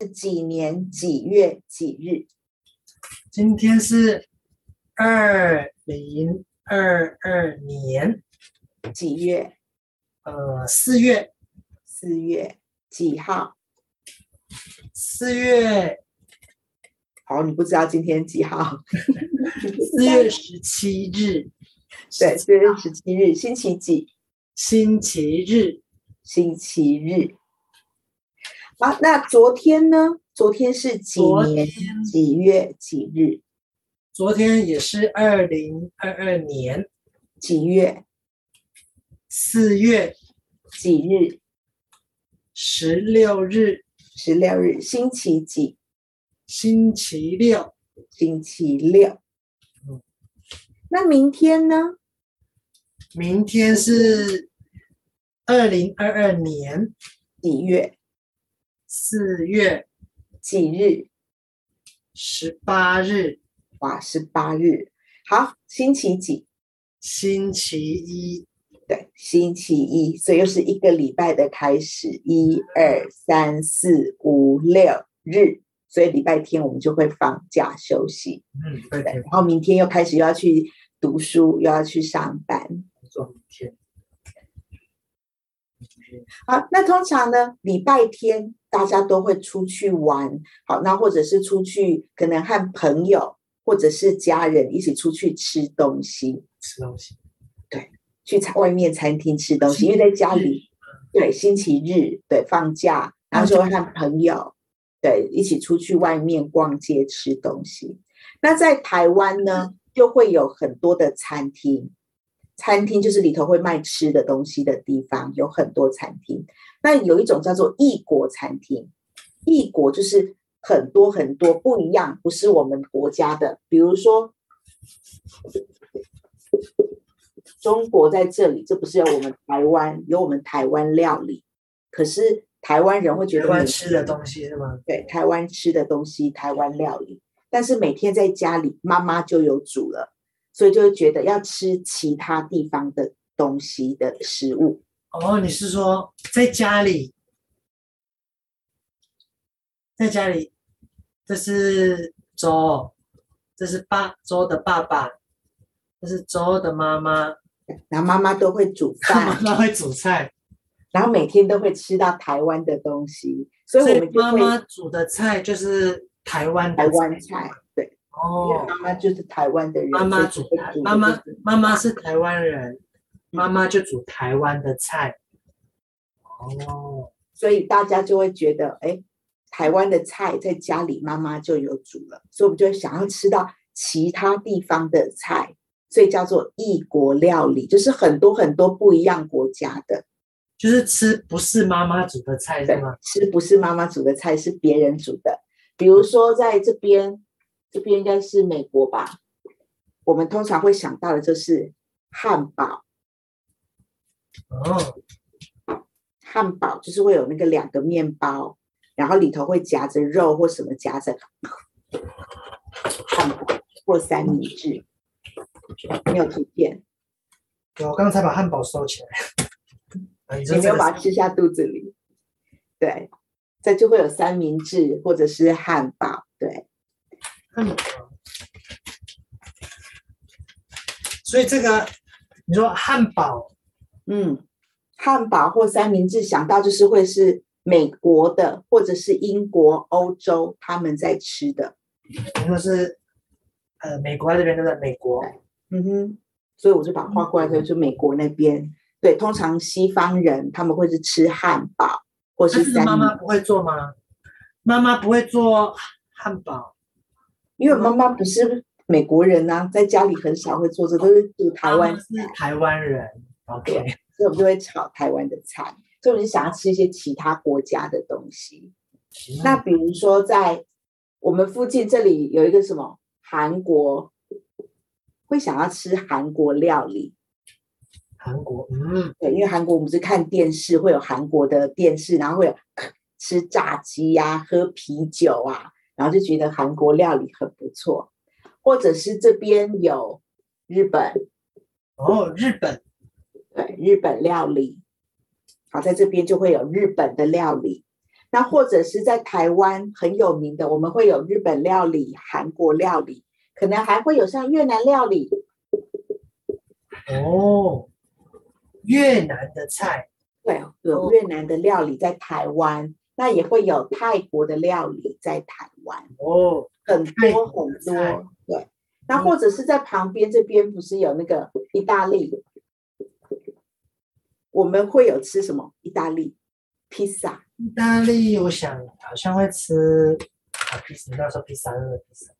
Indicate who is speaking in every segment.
Speaker 1: 是几年几月几日？
Speaker 2: 今天是二零二二年
Speaker 1: 几月？
Speaker 2: 呃四月
Speaker 1: 四月几号？
Speaker 2: 四月
Speaker 1: 好，你不知道今天几号？
Speaker 2: 四月十七日，
Speaker 1: 对，四月十七日，星期几？
Speaker 2: 星期日，
Speaker 1: 星期日。好、啊，那昨天呢？昨天是几
Speaker 2: 昨
Speaker 1: 年
Speaker 2: 天
Speaker 1: 几月几日？
Speaker 2: 昨天也是二零二二年
Speaker 1: 几月
Speaker 2: 四月
Speaker 1: 几日？
Speaker 2: 十六日，
Speaker 1: 十六日，星期几？
Speaker 2: 星期六。
Speaker 1: 星期六
Speaker 2: 嗯。
Speaker 1: 那明天呢？
Speaker 2: 明天是二零二二年
Speaker 1: 几月
Speaker 2: 四月
Speaker 1: 几日？
Speaker 2: 十八日，
Speaker 1: 哇，十八日。好，星期几？
Speaker 2: 星期一。
Speaker 1: 对，星期一，所以又是一个礼拜的开始，一二三四五六日，所以礼拜天我们就会放假休息，
Speaker 2: 嗯，
Speaker 1: 对，
Speaker 2: 对对
Speaker 1: 然，后明天又开始又要去读书，又要去上班。
Speaker 2: 做明天。
Speaker 1: 好，那通常呢，礼拜天大家都会出去玩，好，那或者是出去，可能和朋友或者是家人一起出去吃东西，
Speaker 2: 吃东西。
Speaker 1: 去餐外面餐厅吃东西，因为
Speaker 2: 星
Speaker 1: 在
Speaker 2: 期
Speaker 1: 家
Speaker 2: 日哦
Speaker 1: 里，对，星期日对放假，然后就会和朋友对一起出去外面逛街吃东西。那在台湾
Speaker 2: 嗯
Speaker 1: 呢，就会有很多的餐厅，餐厅就是里头会卖吃的东西的地方，有很多餐厅。那有一种叫做异国餐厅，异国就是很多很多不一样，不是我们国家的，比如说中国在这里，这不是有我们台湾有我们台湾料理，可是台湾人会觉
Speaker 2: 台
Speaker 1: 得
Speaker 2: 湾
Speaker 1: 你
Speaker 2: 吃的东西是吗？
Speaker 1: 对台湾吃的东西，台湾料理，但是每天在家里妈妈就有煮了，所以就会觉得要吃其他地方的东西的食物。
Speaker 2: 哦，你是说在家里，在家里，这是周，这是爸周的爸爸，这是周的妈妈，
Speaker 1: 然后妈妈都会煮
Speaker 2: 妈
Speaker 1: 饭，
Speaker 2: 妈会煮菜，
Speaker 1: 然后每天都会吃到台湾的东西，所以
Speaker 2: 所
Speaker 1: 我
Speaker 2: 以
Speaker 1: 们就
Speaker 2: 妈
Speaker 1: 会
Speaker 2: 妈煮的菜就是台湾的
Speaker 1: 台湾菜。对，因为
Speaker 2: 哦。
Speaker 1: 妈妈就是台湾的人，
Speaker 2: 妈妈
Speaker 1: 所以就
Speaker 2: 煮台
Speaker 1: 会煮，的
Speaker 2: 妈妈
Speaker 1: 就是
Speaker 2: 妈妈是台湾人，妈妈就煮台湾的
Speaker 1: 嗯
Speaker 2: 菜。哦，
Speaker 1: 所以大家就会觉得，哎，台湾的菜在家里妈妈就有煮了，所以我们就会想要吃到其他地方的菜，所以叫做异国料理，就是很多很多不一样国家的，
Speaker 2: 就是吃不是妈妈煮的菜是
Speaker 1: 对
Speaker 2: 吗？
Speaker 1: 吃不是妈妈煮的菜，是别人煮的。比
Speaker 2: 嗯
Speaker 1: 如说在这边，这边应该是美国吧，我们通常会想到的就是汉堡，
Speaker 2: 哦，
Speaker 1: 汉堡就是会有那个两个面包，然后里头会夹着肉或什么夹着汉堡或三明治，没有图片，
Speaker 2: 我刚才把汉堡收起来。 啊你
Speaker 1: 你
Speaker 2: 说
Speaker 1: 没
Speaker 2: 这
Speaker 1: 有
Speaker 2: 个
Speaker 1: 把它
Speaker 2: 是
Speaker 1: 吃下肚子里。对，这就会有三明治或者是汉堡。对，
Speaker 2: 汉堡，所以这个你说汉堡
Speaker 1: 嗯，汉堡或三明治想到就是会是美国的或者是英国、欧洲他们在吃的。
Speaker 2: 你说是呃美国这边都在美国，
Speaker 1: 嗯哼，所以我就把它画过来，
Speaker 2: 嗯
Speaker 1: 就就美国那边，对，通常西方人他们会是吃汉堡或
Speaker 2: 但
Speaker 1: 是
Speaker 2: 是
Speaker 1: 三
Speaker 2: 妈
Speaker 1: 明
Speaker 2: 妈不会做吗？妈妈不会做汉堡，
Speaker 1: 因为妈
Speaker 2: 嗯
Speaker 1: 妈不是美国人呐、在家里很少会做这，都是煮台
Speaker 2: 妈
Speaker 1: 湾
Speaker 2: 妈
Speaker 1: 菜，
Speaker 2: 哦是啊台湾人。OK。
Speaker 1: 所以我们就会炒台湾的菜，所以我们就想要吃一些其他国家的东西。那比如说在我们附近这里有一个什么韩国，会想要吃韩国料理，
Speaker 2: 韩国，嗯，
Speaker 1: 对，因为韩国我们是看电视，会有韩国的电视，然后会有吃炸鸡呀、喝啤酒啊，然后就觉得韩国料理很不错，或者是这边有日本，
Speaker 2: 哦，日本，
Speaker 1: 对，日本料理，好，在这边就会有日本的料理。那或者是在台湾很有名的，我们会有日本料理、韩国料理，可能还会有像越南料理。
Speaker 2: 哦，越南的菜，
Speaker 1: 对，有
Speaker 2: 哦
Speaker 1: 越南的料理在台湾，那也会有泰国的料理在台湾。
Speaker 2: 哦，
Speaker 1: 很
Speaker 2: 泰
Speaker 1: 多
Speaker 2: 国
Speaker 1: 很
Speaker 2: 的菜
Speaker 1: 多，对。那或者是在旁边这边不是有那个意大利，我们会有吃什么意大利披萨？
Speaker 2: 意大利，我想好像会吃啊，披萨，那时候披萨，那个披萨，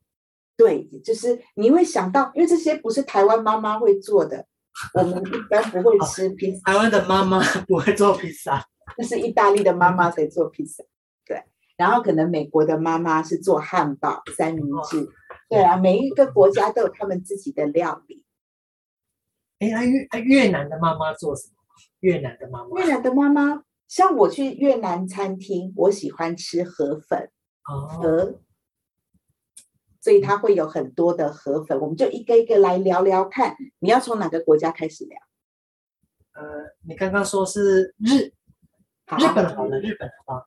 Speaker 1: 对，就是你会想到，因为这些不是台湾妈妈会做的，我们一般不会吃披萨，
Speaker 2: 台湾的妈 妈不会做披萨，
Speaker 1: 那是意大利的妈妈才做披萨，对。然后可能美国的妈妈是做汉堡、三明
Speaker 2: 哦
Speaker 1: 治，对啊，每一个国家都有他们自己的料理。
Speaker 2: 哎，啊越啊越南的妈妈做什么？越南的妈妈
Speaker 1: 越南的妈妈，像我去越南餐厅，我喜欢吃河粉
Speaker 2: 哦，
Speaker 1: 河，所以它会有很多的河粉，我们就一个一个来聊聊看，你要从哪个国家开始聊？
Speaker 2: 呃，你刚刚说是日
Speaker 1: 好，啊
Speaker 2: 日本啊好了，日本好吧？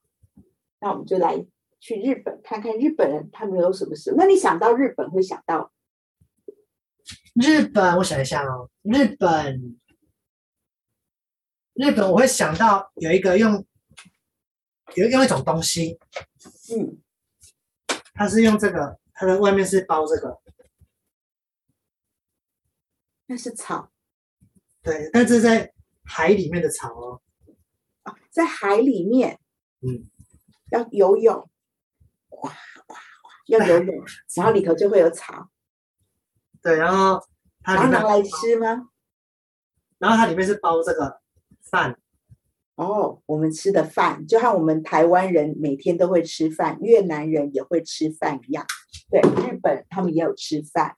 Speaker 1: 那我们就来去日本看看日本人他们有什么食物。那你想到日本会想到
Speaker 2: 日本，我想一下哦，日本，日本，我会想到有一个用有用一种东西，
Speaker 1: 嗯，
Speaker 2: 它是用这个，它的外面是包这个，
Speaker 1: 那是草
Speaker 2: 对，但这是在海里面的草哦，
Speaker 1: 啊，在海里面，
Speaker 2: 嗯，
Speaker 1: 要游泳，哗哗哗，要游 泳，然后里头就会有草，
Speaker 2: 对，然后它
Speaker 1: 然
Speaker 2: 啊里
Speaker 1: 后拿
Speaker 2: 面，
Speaker 1: 来吃吗？
Speaker 2: 然后它里面是包这个饭，
Speaker 1: 哦，我们吃的饭就和我们台湾人每天都会吃饭，越南人也会吃饭一样。对，日本他们也有吃饭，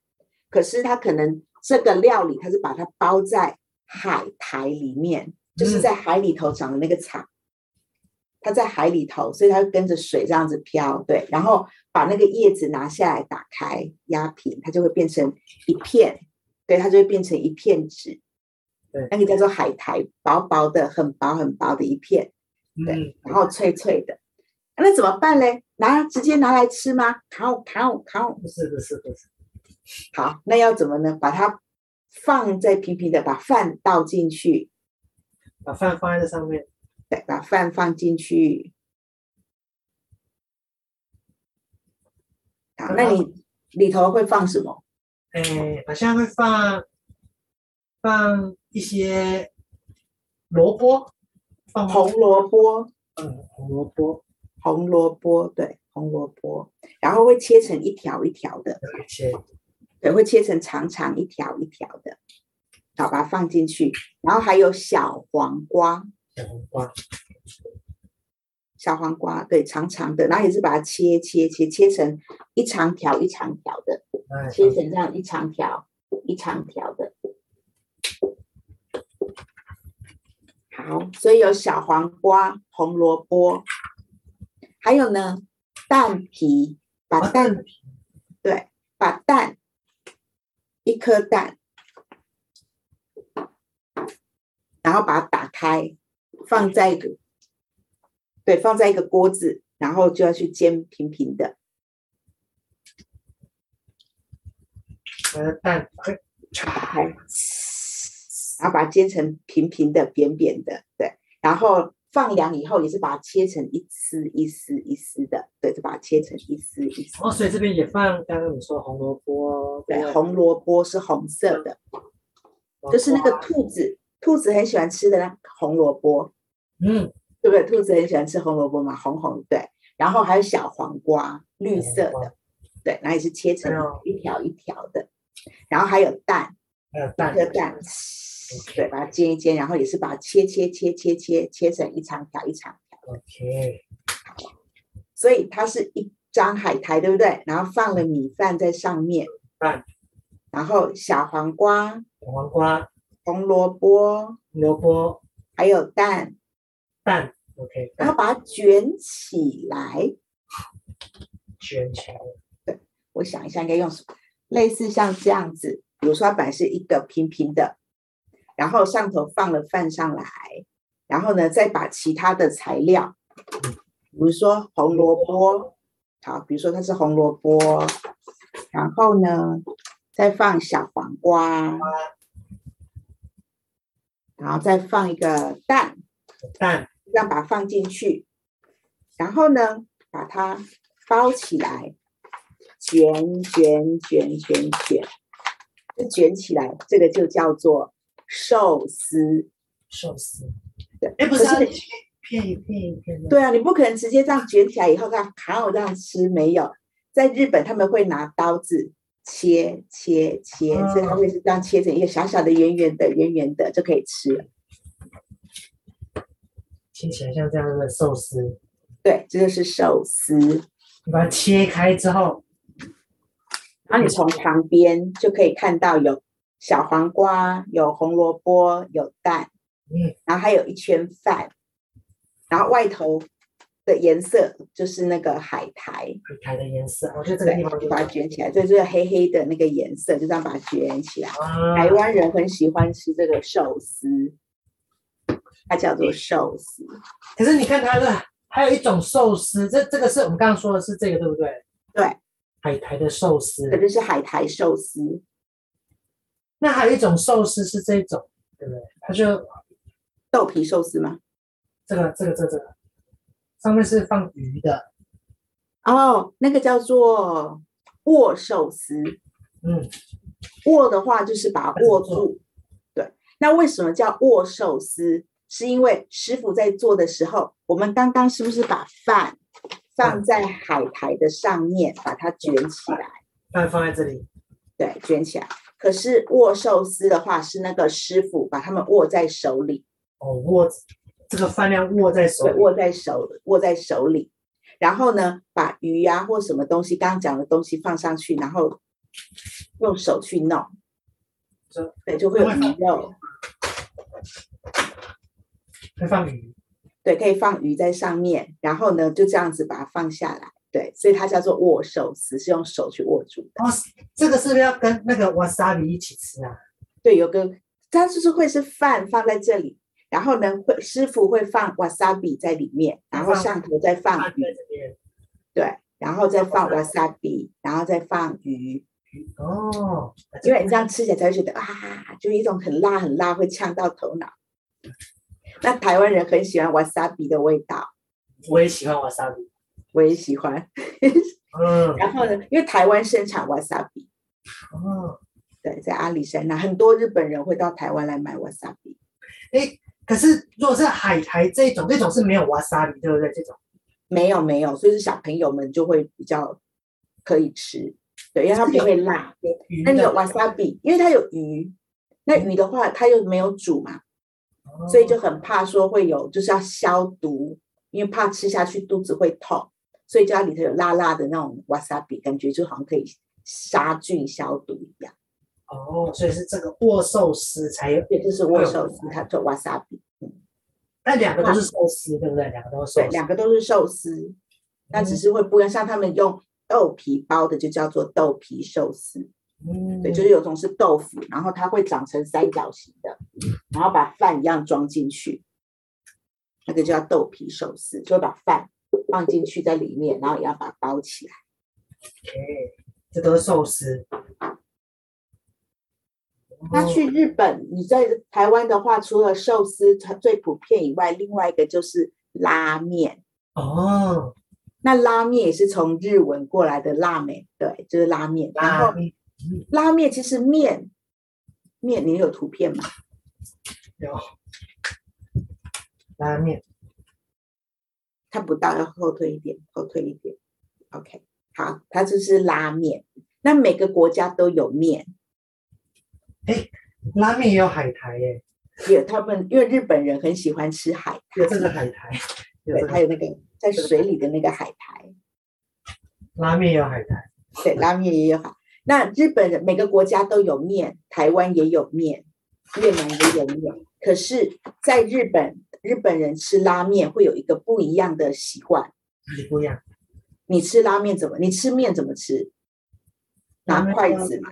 Speaker 1: 可是他可能这个料理他是把它包在海苔里面，就是
Speaker 2: 嗯
Speaker 1: 在海里头长的那个草，它在海里头，所以它会跟着水这样子飘。对，然后把那个叶子拿下来，打开压平，它就会变成一片，对，它就会变成一片纸。
Speaker 2: 对
Speaker 1: 那个叫做海苔，薄薄的，很薄很薄的一片，
Speaker 2: 嗯，
Speaker 1: 然后脆脆的。那怎么办嘞？拿直接拿来吃吗？烤烤烤，
Speaker 2: 不是不是不是，
Speaker 1: 好，那要怎么呢？把它放在平平的，把饭倒进去，
Speaker 2: 把饭放在这上面，
Speaker 1: 对，把饭放进去。好，那你里头会放什么？
Speaker 2: 哎，好像会放放一些萝卜，放
Speaker 1: 红萝卜，
Speaker 2: 嗯红萝卜。
Speaker 1: 红萝卜，对，红萝卜，然后会切成一条一条的，
Speaker 2: 有一些
Speaker 1: 对，会切成长长一条一条的，好，把它放进去。然后还有小黄瓜，
Speaker 2: 小黄瓜，
Speaker 1: 小黄瓜，对，长长的，然后也是把它切切切切成一长条一长条的，
Speaker 2: 哎，
Speaker 1: 切成这样一长条一长条的。好，所以有小黄瓜、红萝卜，还有呢，蛋皮，把
Speaker 2: 啊
Speaker 1: 蛋
Speaker 2: 蛋
Speaker 1: 对，把蛋一颗蛋，然后把它打开，放在一个对，放在一个锅子，然后就要去煎平平的。
Speaker 2: 呃蛋，哎
Speaker 1: 打开，然后把它煎成平平的、扁扁的，对。然后放凉以后，也是把它切成一丝一丝一丝的，对，就把它切成一丝一丝。
Speaker 2: 哦，所以这边也放刚刚你说红萝卜，
Speaker 1: 对，红萝卜是红色的，
Speaker 2: 黄瓜
Speaker 1: 就是那个，兔子，兔子很喜欢吃的那红萝卜，
Speaker 2: 嗯，
Speaker 1: 对不对？兔子很喜欢吃红萝卜嘛，红红对。然后还有小黄瓜，绿色
Speaker 2: 嗯黄
Speaker 1: 的，对，然后也是切成
Speaker 2: 哎呦
Speaker 1: 一条一条的。然后还有蛋，
Speaker 2: 还有
Speaker 1: 那
Speaker 2: 蛋，
Speaker 1: 个蛋，对，把它煎一煎，然后也是把它切切切切切切成一长条一长条，
Speaker 2: ，OK，
Speaker 1: 所以它是一张海苔，对不对？然后放了米饭在上面，
Speaker 2: 嗯饭，
Speaker 1: 然后小黄瓜、
Speaker 2: 小黄瓜、
Speaker 1: 红萝卜
Speaker 2: 萝卜、
Speaker 1: 还有蛋，
Speaker 2: 蛋，OK，
Speaker 1: 然
Speaker 2: 蛋
Speaker 1: 后把它卷起来。
Speaker 2: 卷起来，
Speaker 1: 我想一下应该用什么，类似像这样子，比如说它本来是一个平平的，然后上头放了饭上来，然后呢再把其他的材料比如说红萝卜，好，比如说它是红萝卜，然后呢，再放小黄瓜，然后再放一个蛋，
Speaker 2: 蛋
Speaker 1: 这样把它放进去，然后呢，把它包起来，卷卷卷卷卷，就卷起来，这个就叫做寿司。
Speaker 2: 寿司。
Speaker 1: 对，
Speaker 2: 哎，不是
Speaker 1: 可
Speaker 2: 要
Speaker 1: 是啊
Speaker 2: 一
Speaker 1: 你
Speaker 2: 片一片一片的。
Speaker 1: 对啊，你不可能直接这样卷起来以后这样卡我这样吃，没有。在日本他们会拿刀子切切切，
Speaker 2: 嗯
Speaker 1: 所以它会是这样切成一个小小的、圆圆的、圆圆的就可以吃了。
Speaker 2: 听起来像这样的寿司，
Speaker 1: 对，这就是寿司。
Speaker 2: 你把它切开之后，
Speaker 1: 然后你从旁边就可以看到有小黄瓜、有红萝卜、有蛋，
Speaker 2: 嗯，
Speaker 1: 然后还有一圈饭，然后外头的颜色就是那个海苔，
Speaker 2: 海苔的颜色，我觉得这个
Speaker 1: 对
Speaker 2: 地方，就
Speaker 1: 就把它卷起来，对，就是黑黑的那个颜色，就这样把它卷起来。
Speaker 2: 啊，
Speaker 1: 台湾人很喜欢吃这个寿司，它叫做寿司。
Speaker 2: 可是你看它的，还有一种寿司，这这个是我们刚刚说的是这个，对不对？
Speaker 1: 对，
Speaker 2: 海苔的寿司
Speaker 1: 这。就是海苔寿司，
Speaker 2: 那还有一种寿司是这种，对不对？它就
Speaker 1: 豆皮寿司吗？
Speaker 2: 这个这个这个这个，上面是放鱼的，
Speaker 1: 哦，那个叫做握寿司。
Speaker 2: 嗯，
Speaker 1: 握的话就是把它握住。对，那为什么叫握寿司？是因为师傅在做的时候，我们刚刚是不是把饭放在海苔的上面，把它卷起来？
Speaker 2: 饭放在这里，
Speaker 1: 对，卷起来。可是握寿司的话，是那个师傅把它们握在手里。
Speaker 2: 哦，握这个饭量握在手
Speaker 1: 对，
Speaker 2: 里，
Speaker 1: 握在手握在手里，然后呢，把鱼呀、或什么东西，刚刚讲的东西放上去，然后用手去弄
Speaker 2: 这，
Speaker 1: 对，就会有鱼肉，
Speaker 2: 会放鱼。
Speaker 1: 对，可以放鱼在上面，然后呢，就这样子把它放下来，对，所以它叫做握寿司，是用手去握住的，
Speaker 2: 哦，这个是不是要跟那个 wasabi 一起吃啊？
Speaker 1: 对，有个它就是会是饭放在这里。然后呢，会师傅会放 wasabi 在里面，然后
Speaker 2: 放
Speaker 1: 上头再放
Speaker 2: 放在
Speaker 1: 鱼，
Speaker 2: 这边。
Speaker 1: 对，然后再放
Speaker 2: 放
Speaker 1: wasabi，然后再放鱼，
Speaker 2: 哦，那就
Speaker 1: 因为你这样吃起来才会觉得啊，就是一种很辣很辣，会呛到头脑。那台湾人很喜欢 wasabi 的味道，
Speaker 2: 我也喜欢 wasabi。
Speaker 1: 我也喜欢。
Speaker 2: 嗯，
Speaker 1: 然后呢，因为台湾生产 wasabi，
Speaker 2: 哦，
Speaker 1: 对，在阿里山那很多日本人会到台湾来买 wasabi。
Speaker 2: 哎，可是如果是海苔这种，这种是没有 wasabi，对不对？这种
Speaker 1: 没有没有，所以是小朋友们就会比较可以吃，对，因为它不会辣。
Speaker 2: 有鱼
Speaker 1: 那你有
Speaker 2: 的，
Speaker 1: wasabi，因为它有鱼，那鱼的话它又没有煮嘛，
Speaker 2: 哦
Speaker 1: 所以就很怕说会有，就是要消毒，因为怕吃下去肚子会痛，所以家里头有辣辣的那种 wasabi，感觉就好像可以杀菌消毒一样。
Speaker 2: 哦，所以是这个握寿司才有。
Speaker 1: 对，就是
Speaker 2: 哎
Speaker 1: 握寿司，它做 wasabi，
Speaker 2: 那两个都是寿司，对不对？两个都
Speaker 1: 对，
Speaker 2: 是寿司。嗯
Speaker 1: 两个都是寿司，那只是会不一样。像他们用豆皮包的，就叫做豆皮寿司。
Speaker 2: 嗯，
Speaker 1: 对，就是有种是豆腐，然后它会长成三角形的，然后把饭一样装进去，那个叫豆皮寿司，就会把饭放进去在里面，然后也要把它包起来。
Speaker 2: 嗯这都是寿司。
Speaker 1: 那
Speaker 2: 哦
Speaker 1: 去日本，你在台湾的话，除了寿司它最普遍以外，另外一个就是拉面。
Speaker 2: 哦，
Speaker 1: 那拉面也是从日文过来的辣美，对，就是拉面。然
Speaker 2: 拉
Speaker 1: 后
Speaker 2: 面
Speaker 1: 拉面其实面面，你有图片吗？
Speaker 2: 有拉面，
Speaker 1: 看不到，要后退一点，后退一点。OK，好，它就是拉面。那每个国家都有面，
Speaker 2: 拉面也有海苔耶，
Speaker 1: 也有他们因为日本人很喜欢吃海
Speaker 2: 有这个海苔，有这
Speaker 1: 苔，还
Speaker 2: 个
Speaker 1: 有那个在水里的那个海苔，
Speaker 2: 拉面也有海苔，
Speaker 1: 对，拉面也有海。那日本人每个国家都有面，台湾也有面，越南也有面。可是，在日本，日本人吃拉面会有一个不一样的习惯。
Speaker 2: 哪里不一样？
Speaker 1: 你吃拉面怎么？你吃面怎么吃？拿
Speaker 2: 拿那
Speaker 1: 筷
Speaker 2: 个
Speaker 1: 子嘛，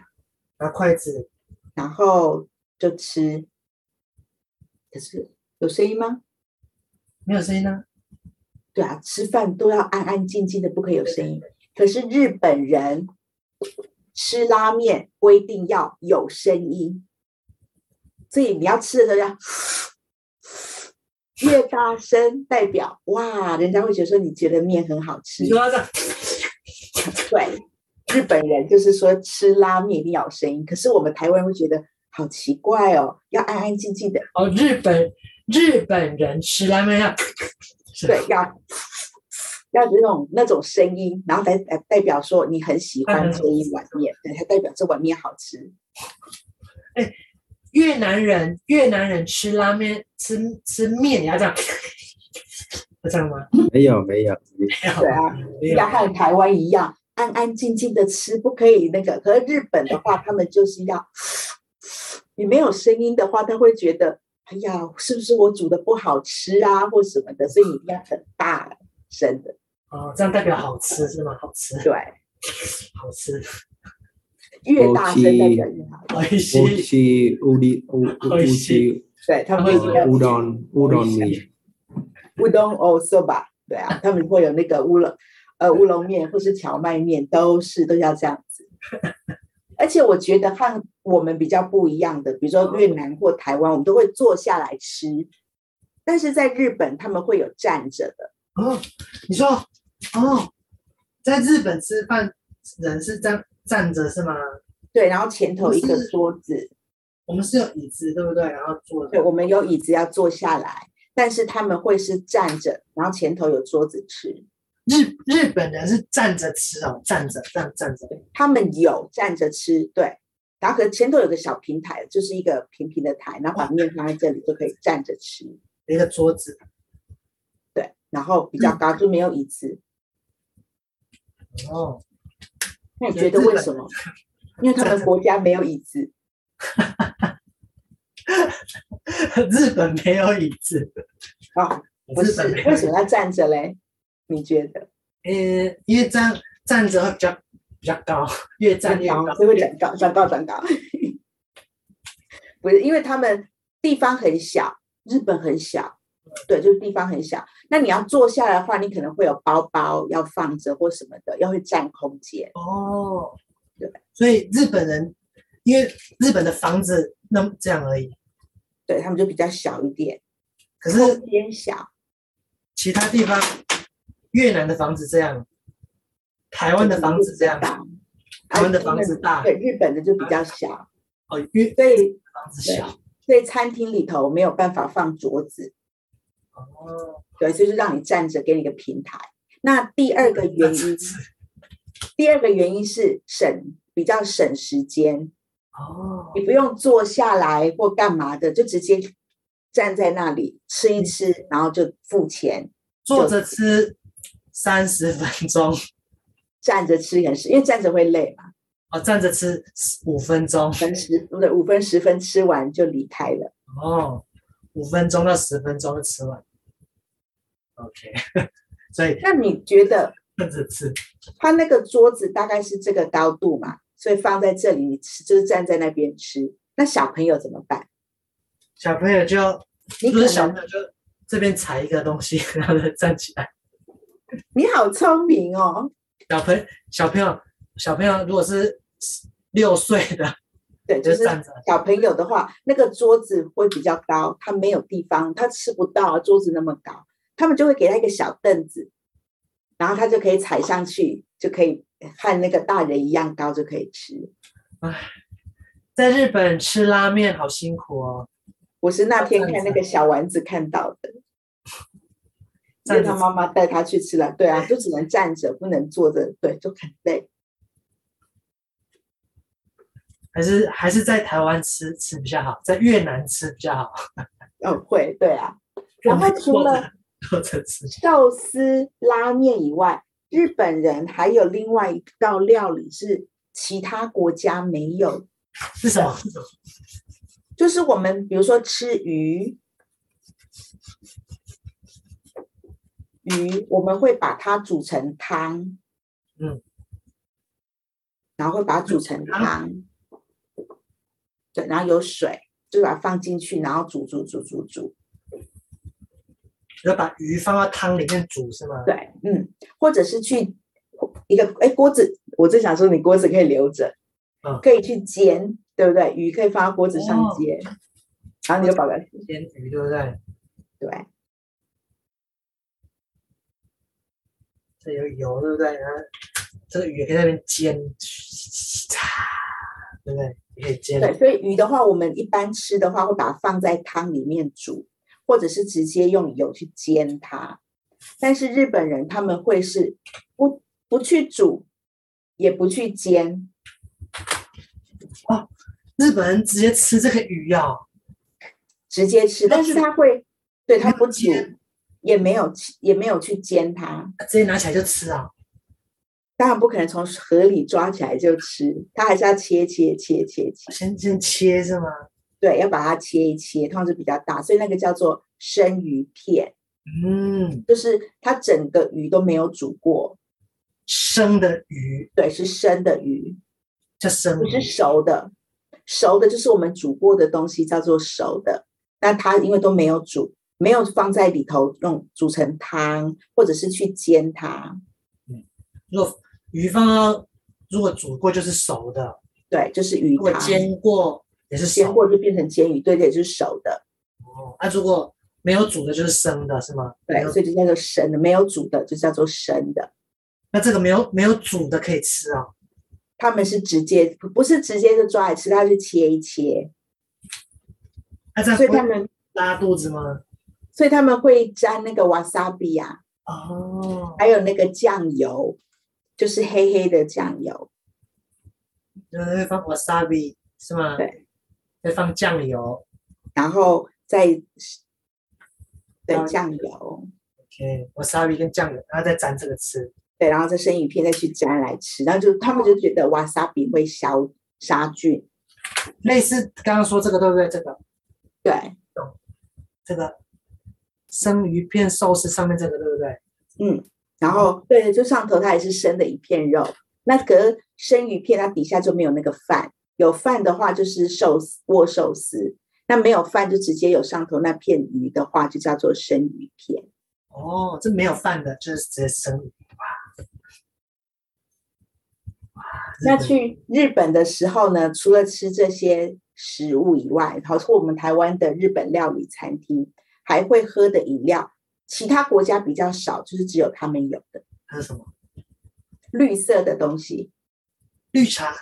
Speaker 2: 拿筷子，
Speaker 1: 然后就吃。可是有声音吗？
Speaker 2: 啊没有声音呢？
Speaker 1: 对啊，吃饭都要安安静静的，不可以有声音。可是日本人吃拉面规定要有声音，所以你要吃的时候要越大声，代表哇，人家会觉得说你觉得面很好吃
Speaker 2: 你。说他这样，
Speaker 1: 对，日本人就是说吃拉面一定要有声音，可是我们台湾人会觉得好奇怪哦，要安安静静的，
Speaker 2: 哦，日本日本人吃拉面啊要，
Speaker 1: 对，要要那种那种声音，然后来来代表说你很喜欢这一碗面，对，它代表这碗面好吃。
Speaker 2: 越南人越南人吃拉面吃吃面也要这样，是这样吗？
Speaker 3: 没有没有，
Speaker 1: 对啊，
Speaker 2: 没有
Speaker 1: 要和台湾一样安安静静的吃，不可以那个。可是日本的话，他们就是要你没有声音的话，他会觉得哎呀，是不是我煮的不好吃啊，或什么的，所以你一定要很大声的。
Speaker 2: 哦，这样代表好吃是吗？好吃，
Speaker 1: 对，
Speaker 2: 好吃，
Speaker 1: 越大声代表越好。
Speaker 2: 好吃，
Speaker 3: 乌鸡乌里乌乌鸡
Speaker 1: 对他们会觉得
Speaker 3: 乌冬乌冬面，
Speaker 1: 乌冬哦 soba，对啊，他们会有那个乌龙，呃，乌龙面或是荞麦面，都是都要这样子。而且我觉得和我们比较不一样的，比如说越南或台湾，我们都会坐下来吃，但是在日本他们会有站着的，
Speaker 2: 哦，你说哦，在日本吃饭人是这样站着是吗？
Speaker 1: 对，然后前头一个桌子，
Speaker 2: 我们是有椅子对不对？然后坐
Speaker 1: 对，
Speaker 2: 着，
Speaker 1: 我们有椅子要坐下来，但是他们会是站着，然后前头有桌子吃，
Speaker 2: 日日本人是站着吃哦，站着这样站着，
Speaker 1: 他们有站着吃，对。然后可能前头有个小平台，就是一个平平的台，然后把面放在这里就可以站着吃。
Speaker 2: 有一个桌子，
Speaker 1: 对，然后比
Speaker 2: 嗯
Speaker 1: 较高，就没有椅子。
Speaker 2: 哦，
Speaker 1: 那你觉得为什么？因为他们国家没有椅子，
Speaker 2: 日本没有椅子，
Speaker 1: 啊，不
Speaker 2: 日
Speaker 1: 是
Speaker 2: 本没有椅子
Speaker 1: 为什么要站着嘞？你觉得？
Speaker 2: 呃，因为这样站着会比较比较高，越站越高
Speaker 1: 然后，就会长高，长高， 长高。不是，因为他们地方很小，日本很小，对，就是地方很小。那你要坐下来的话，你可能会有包包要放着或什么的，要会占空间。
Speaker 2: 哦，
Speaker 1: 对，
Speaker 2: 所以日本人因为日本的房子那么这样而已，
Speaker 1: 对他们就比较小一点，
Speaker 2: 可是
Speaker 1: 空间小，
Speaker 2: 其他地方越南的房子这样，台湾的房子这样，
Speaker 1: 大。
Speaker 2: 台湾的房子大，
Speaker 1: 对啊日本的就比较小，
Speaker 2: 哦，越
Speaker 1: 所以
Speaker 2: 房子小，
Speaker 1: 所以餐厅里头没有办法放桌子，
Speaker 2: 哦，
Speaker 1: 对，所以就是让你站着，给你一个平台。那第二个原因，第二个原因是省比较省时间，
Speaker 2: 哦
Speaker 1: 你，不用坐下来或干嘛的，就直接站在那里吃
Speaker 2: 嗯
Speaker 1: 一吃，然后就付钱。
Speaker 2: 坐着吃三十分钟，
Speaker 1: 站着吃也是，因为站着会累嘛，
Speaker 2: 哦，站着吃五分钟，
Speaker 1: 分十不对，五分十分吃完就离开了。
Speaker 2: 哦，五分钟到十分钟就吃完，OK，所 以
Speaker 1: 那你觉得
Speaker 2: 站着吃，
Speaker 1: 他那个桌子大概是这个高度嘛，所以放在这里，你吃就是站在那边吃。那小朋友怎么办？
Speaker 2: 小朋友就
Speaker 1: 你
Speaker 2: 不
Speaker 1: 可
Speaker 2: 是小朋
Speaker 1: 能
Speaker 2: 友就这边踩一个东西， 然后再站起来。
Speaker 1: 你好聪明哦，
Speaker 2: 小朋小朋友小朋友如果是六岁的，
Speaker 1: 对，就
Speaker 2: 就是站着，
Speaker 1: 小朋友的话，那个桌子会比较高，他没有地方，他吃不到啊桌子那么高，他们就会给他一个小凳子，然后他就可以踩上去，就可以和那个大人一样高，就可以吃。
Speaker 2: 在日本吃拉面好辛苦哦，
Speaker 1: 我是那天
Speaker 2: 这样
Speaker 1: 看
Speaker 2: 子啊
Speaker 1: 那个小丸子看到 的，因
Speaker 2: 站
Speaker 1: 为
Speaker 2: 着
Speaker 1: 他妈妈带他去吃了，对啊，就只能站着，不能坐着，对，就很累。
Speaker 2: 还是还是在台湾吃吃比较好，在越南吃比较好。
Speaker 1: 嗯，会，对啊。然后除了
Speaker 2: 坐着坐着吃，
Speaker 1: 寿司、拉面以外，日本人还有另外一道料理是其他国家没有，
Speaker 2: 是什么？
Speaker 1: 就是我们比如说吃鱼，鱼我们会把它煮成汤，
Speaker 2: 嗯，
Speaker 1: 然后会把它煮成
Speaker 2: 汤
Speaker 1: 汤，对，然后有水，就把它放进去，然后煮煮煮煮煮，
Speaker 2: 就把鱼放到汤里面煮是吗？
Speaker 1: 对，嗯，或者是去一个哎锅子，我正想说你锅子可以留着，
Speaker 2: 嗯
Speaker 1: 可以去煎，对不对？鱼可以放到锅子上
Speaker 2: 哦
Speaker 1: 煎，然后你就把它
Speaker 2: 煎鱼对不对？
Speaker 1: 对
Speaker 2: 这有油对不对？然后这个鱼可以在那边煎，对不对？也可以煎。
Speaker 1: 对，所以鱼的话，我们一般吃的话会把它放在汤里面煮，或者是直接用油去煎它。但是日本人他们会是不不去煮，也不去煎，
Speaker 2: 日本人直接吃这个鱼啊、哦，
Speaker 1: 直接吃，但是他会对他不煮
Speaker 2: 煎，
Speaker 1: 也没有去也没有去煎它。
Speaker 2: 直接拿起来就吃啊、
Speaker 1: 当然不可能从河里抓起来就吃，它还是要切切切切切，
Speaker 2: 先先切是吗？
Speaker 1: 对，要把它切一切，通常是比较大，所以那个叫做生鱼片，
Speaker 2: 嗯，
Speaker 1: 就是它整个鱼都没有煮过，
Speaker 2: 生的鱼
Speaker 1: 对，是生的鱼，
Speaker 2: 叫生
Speaker 1: 不
Speaker 2: 鱼
Speaker 1: 是，熟的，熟的就是我们煮过的东西叫做熟的，那它因为都没有煮，没有放在里头用煮成汤，或者是去煎它，
Speaker 2: 如果鱼放到如果煮过就是熟的，
Speaker 1: 对，就是鱼
Speaker 2: 如果
Speaker 1: 汤，
Speaker 2: 煎过也是
Speaker 1: 煎
Speaker 2: 熟的。
Speaker 1: 过就变成煎鱼，对对，就是熟的。
Speaker 2: 哦，那、如果没有煮的就是生的是吗？没
Speaker 1: 对，
Speaker 2: 有
Speaker 1: 所以就叫做生的，没有煮的就叫做生的。
Speaker 2: 那这个没有没有煮的可以吃啊、哦。
Speaker 1: 他们是直接不是直接就抓来吃，他是切一切，
Speaker 2: 那这样
Speaker 1: 所以他
Speaker 2: 会
Speaker 1: 们
Speaker 2: 拉肚子吗？
Speaker 1: 所以他们会沾那个 wasabi 啊，
Speaker 2: 哦，
Speaker 1: 还有那个酱油，就是黑黑的酱油，
Speaker 2: 就是会放 wasabi 是吗？
Speaker 1: 对，
Speaker 2: 会放酱油。
Speaker 1: 然后再
Speaker 2: 然
Speaker 1: 对
Speaker 2: 后
Speaker 1: 酱油，
Speaker 2: OK，wasabi、跟酱油，然后再沾这个吃。
Speaker 1: 对，然后再生鱼片再去沾来吃，然后就他们就觉得 wasabi 会消杀菌，
Speaker 2: 类似刚刚说这个对不对？这个
Speaker 1: 对，
Speaker 2: 这个生鱼片寿司上面这个对不对？
Speaker 1: 然后对，就上头它也是生的一片肉，那可是生鱼片它底下就没有那个饭，有饭的话就是寿司握寿司，那没有饭就直接有上头那片鱼的话就叫做生鱼片。
Speaker 2: 哦，这没有饭的，就是直接生鱼。哇哇，
Speaker 1: 那
Speaker 2: 日本
Speaker 1: 去日本的时候呢，除了吃这些食物以外，好像我们台湾的日本料理餐厅还会喝的饮料，其他国家比较少，就是只有他们有的
Speaker 2: 还有什么
Speaker 1: 绿色的东西，
Speaker 2: 绿茶？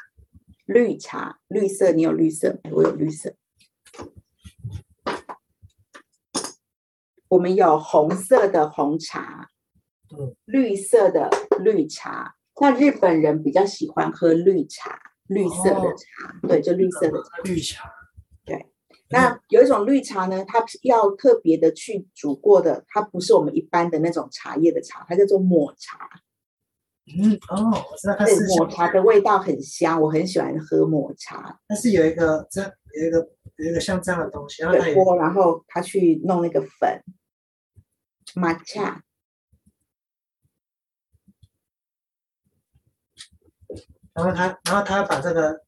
Speaker 1: 绿茶，绿色，你有绿色，我有绿色。我们有红色的红茶，
Speaker 2: 嗯，
Speaker 1: 绿色的绿茶。那日本人比较喜欢喝绿茶，绿色的
Speaker 2: 哦
Speaker 1: 茶，对，就绿色的。
Speaker 2: 绿茶。
Speaker 1: 对，
Speaker 2: 嗯
Speaker 1: 那有一种绿茶呢，它是要特别的去煮过的，它不是我们一般的那种茶叶的茶，它叫做抹茶。
Speaker 2: 嗯哦，我知道它
Speaker 1: 对
Speaker 2: 是，
Speaker 1: 抹茶的味道很香，我很喜欢喝抹茶。
Speaker 2: 它是有一个这有一个有一个像这样的东西，然后它
Speaker 1: 水
Speaker 2: 有
Speaker 1: 锅，然后他去弄那个粉，抹茶，
Speaker 2: 然后它然后它把这个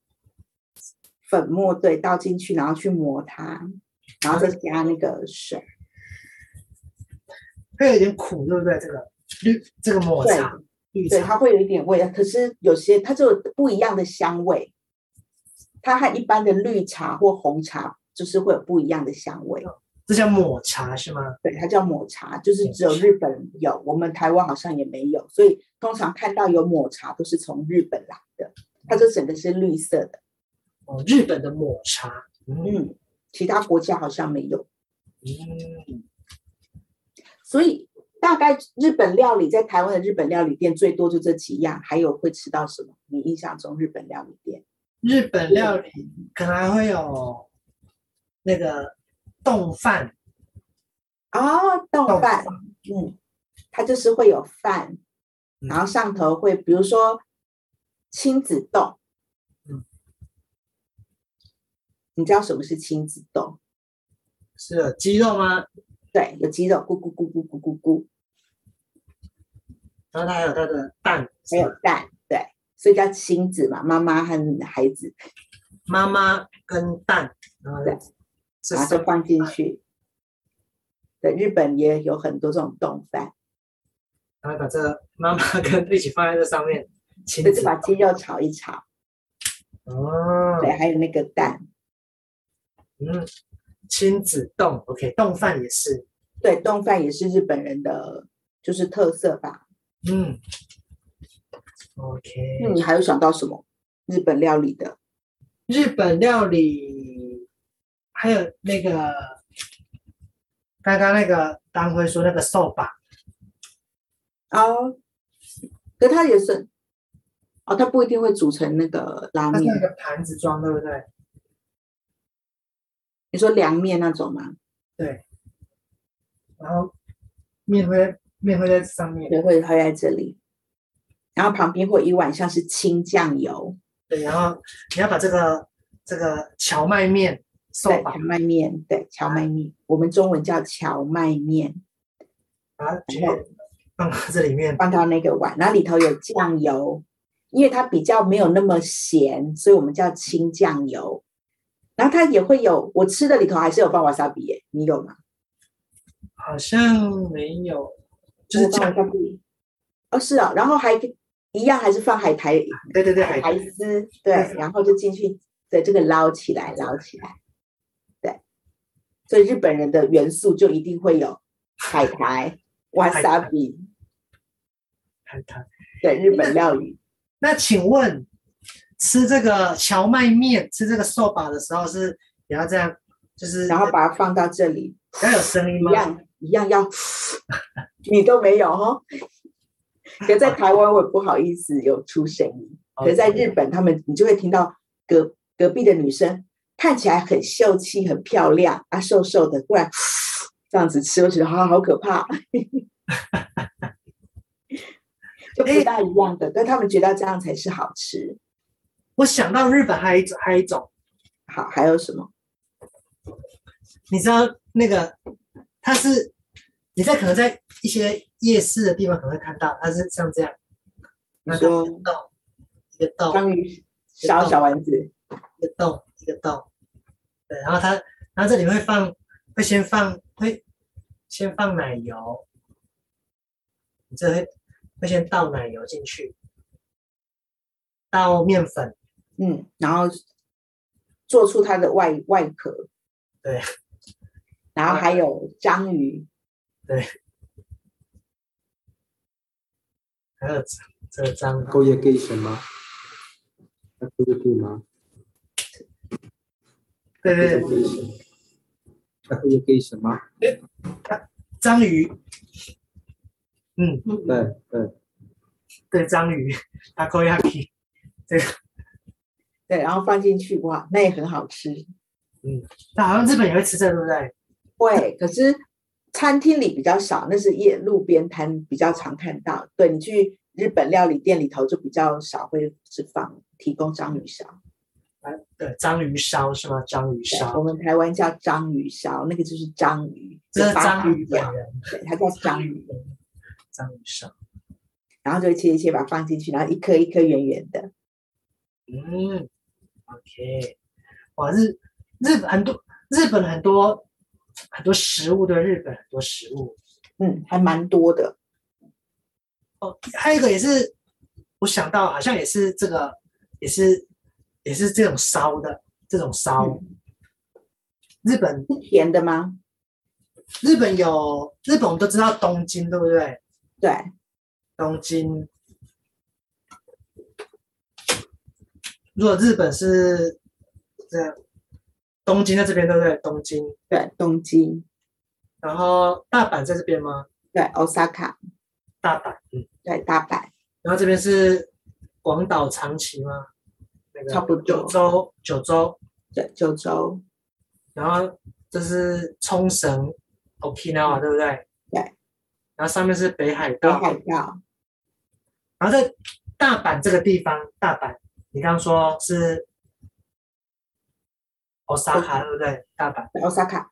Speaker 1: 粉末对倒进去，然后去磨它，然后
Speaker 2: 嗯
Speaker 1: 再加那个水，
Speaker 2: 它有点苦，对不对？这个绿这个抹
Speaker 1: 对
Speaker 2: 茶绿
Speaker 1: 对，
Speaker 2: 茶
Speaker 1: 它会有一点味道。可是有些它就有不一样的香味，它和一般的绿茶或红茶就是会有不一样的香味。
Speaker 2: 这叫抹茶是吗？
Speaker 1: 对，它叫抹茶，就是只有日本有，我们台湾好像也没有，所以通常看到有抹茶都是从日本来的，它就整个是绿色的。
Speaker 2: 哦，日本的抹茶。嗯
Speaker 1: 嗯，其他国家好像没有。
Speaker 2: 嗯，
Speaker 1: 所以大概日本料理在台湾的日本料理店最多就这几样，还有会吃到什么？你印象中日本料理店？
Speaker 2: 日本料理可能还会有那个冻饭，
Speaker 1: 哦，冻饭，嗯，它就是会有饭，
Speaker 2: 嗯
Speaker 1: 然后上头会比如说亲子冻，
Speaker 2: 嗯
Speaker 1: 你知道什么是亲子冻？
Speaker 2: 是有鸡肉吗？
Speaker 1: 对，有鸡肉，咕咕咕咕咕咕咕，
Speaker 2: 然后它还有它的蛋，
Speaker 1: 还有蛋，对，所以叫亲子嘛，妈妈和孩子，
Speaker 2: 妈妈跟蛋，然后
Speaker 1: 对
Speaker 2: 这
Speaker 1: 然后
Speaker 2: 三
Speaker 1: 就放进去，对，日本也有很多这种冻饭，
Speaker 2: 然后把这妈妈跟一起放在这上面，亲
Speaker 1: 就是
Speaker 2: 子
Speaker 1: 把鸡肉炒一炒，
Speaker 2: 哦，
Speaker 1: 对，还有那个蛋，
Speaker 2: 嗯，亲子冻，OK，冻饭也是，
Speaker 1: 对，冻饭也是日本人的就是特色吧。
Speaker 2: 嗯，OK，
Speaker 1: 那你还有想到什么日本料理的？
Speaker 2: 日本料理，还有那个刚刚那个当辉说那个寿吧，
Speaker 1: 哦，可它也是，哦，它不一定会煮成那个拉
Speaker 2: 它是
Speaker 1: 面
Speaker 2: 那，个盘子装，对不对？
Speaker 1: 你说凉面那种吗？
Speaker 2: 对，然后面会面会在上面，
Speaker 1: 对，会会在这里，然后旁边会有一碗像是清酱油，
Speaker 2: 对，然后你要把这个这个荞麦面寿
Speaker 1: 对，
Speaker 2: 吧
Speaker 1: 荞，麦面，对，荞麦面，我们中文叫荞麦面，
Speaker 2: 把它全部放到这里面，
Speaker 1: 放到那个碗，然后里头有酱油，因为它比较没有那么咸，所以我们叫清酱油。然后它也会有，我吃的里头还是有放瓦萨比耶，你有吗？
Speaker 2: 好像没有，就是
Speaker 1: 我放
Speaker 2: 酱
Speaker 1: 瓦萨比。哦，是哦，然后还一样还是放海苔
Speaker 2: 对对对，海
Speaker 1: 海苔丝，对，然后就进去的这个捞起来，捞起来，对。所以日本人的元素就一定会有海苔、瓦
Speaker 2: 海苔
Speaker 1: 萨比，
Speaker 2: 海苔。
Speaker 1: 对，日本料理。
Speaker 2: 那请问吃这个荞麦面，吃这个寿把的时候是也要这样，就是
Speaker 1: 然后把它放到这里，
Speaker 2: 要有声音
Speaker 1: 一
Speaker 2: 吗？
Speaker 1: 样一样 要，你都没有哦。 可在台湾我也不好意思有出声音，
Speaker 2: 哦
Speaker 1: 可在日本他们你就会听到隔隔壁的女生看起来很秀气、很漂亮啊，瘦瘦的，过来这样子吃，我觉得好好可怕， 就
Speaker 2: 哎
Speaker 1: 不大一样的，但他们觉得这样才是好吃。
Speaker 2: 我想到日本还有一种，还有一种，
Speaker 1: 好，还有什么？
Speaker 2: 你知道那个它是你在可能在一些夜市的地方可能会看到，它是像这样，
Speaker 1: 你
Speaker 2: 然后
Speaker 1: 说
Speaker 2: 它一个洞，
Speaker 1: 章鱼烧小丸子，
Speaker 2: 一个洞，一个洞，一个洞，对，然后它然后这里会放，会先放会先放奶油，你这会会先倒奶油进去，倒面粉，
Speaker 1: 嗯，然后做出它的外外壳，
Speaker 2: 对，啊
Speaker 1: 然后还有章鱼，
Speaker 2: 还有这个章。
Speaker 3: 够也给什么？那够也给吗？
Speaker 2: 对对对，
Speaker 3: 对。那够也给什么？
Speaker 2: 章鱼，嗯，
Speaker 3: 对对，
Speaker 2: 对，章鱼 t a k o y a k i
Speaker 1: 对，然后放进去，哇，那也很好吃。
Speaker 2: 那好像日本也会吃这个，对不对？
Speaker 1: 会，可是餐厅里比较少，那是夜路边摊比较常看到。对你去日本料理店里头就比较少会是放提供章鱼烧，
Speaker 2: 对，章鱼烧是吗？章鱼
Speaker 1: 对
Speaker 2: 烧
Speaker 1: 我，们台湾叫章鱼烧，那个就是章鱼，
Speaker 2: 这是
Speaker 1: 就八
Speaker 2: 章鱼
Speaker 1: 条
Speaker 2: 本人，
Speaker 1: 对，它叫章鱼，
Speaker 2: 章鱼烧。
Speaker 1: 然后就切一切把它放进去，然后一颗一颗圆圆的。
Speaker 2: 嗯，OK，哇，日日本很多，日本很多很多食物，对，日本很多食物。
Speaker 1: 嗯，还蛮多的。
Speaker 2: 哦，还有一个也是，我想到好像也是这个，也是也是这种烧的，这种烧。日本
Speaker 1: 是甜的吗？
Speaker 2: 日本有日本，我们都知道东京，对不对？
Speaker 1: 对，
Speaker 2: 东京，如果日本是这样，东京在这边，对不对？东京，
Speaker 1: 对，东京，
Speaker 2: 然后大阪在这边吗？
Speaker 1: 对，Osaka，
Speaker 2: 大阪，嗯，
Speaker 1: 对，大阪，
Speaker 2: 然后这边是广岛、长崎吗？那个
Speaker 1: 差不多
Speaker 2: 九州，九州，
Speaker 1: 对，九州，
Speaker 2: 然后这是冲绳、Okinawa，对不对？
Speaker 1: 嗯对。
Speaker 2: 然后上面是北海
Speaker 1: 北
Speaker 2: 道，
Speaker 1: 海道，
Speaker 2: 然后在大阪这个地方，大阪，你刚刚说是 Osaka 对不对？大阪，
Speaker 1: 对，Osaka，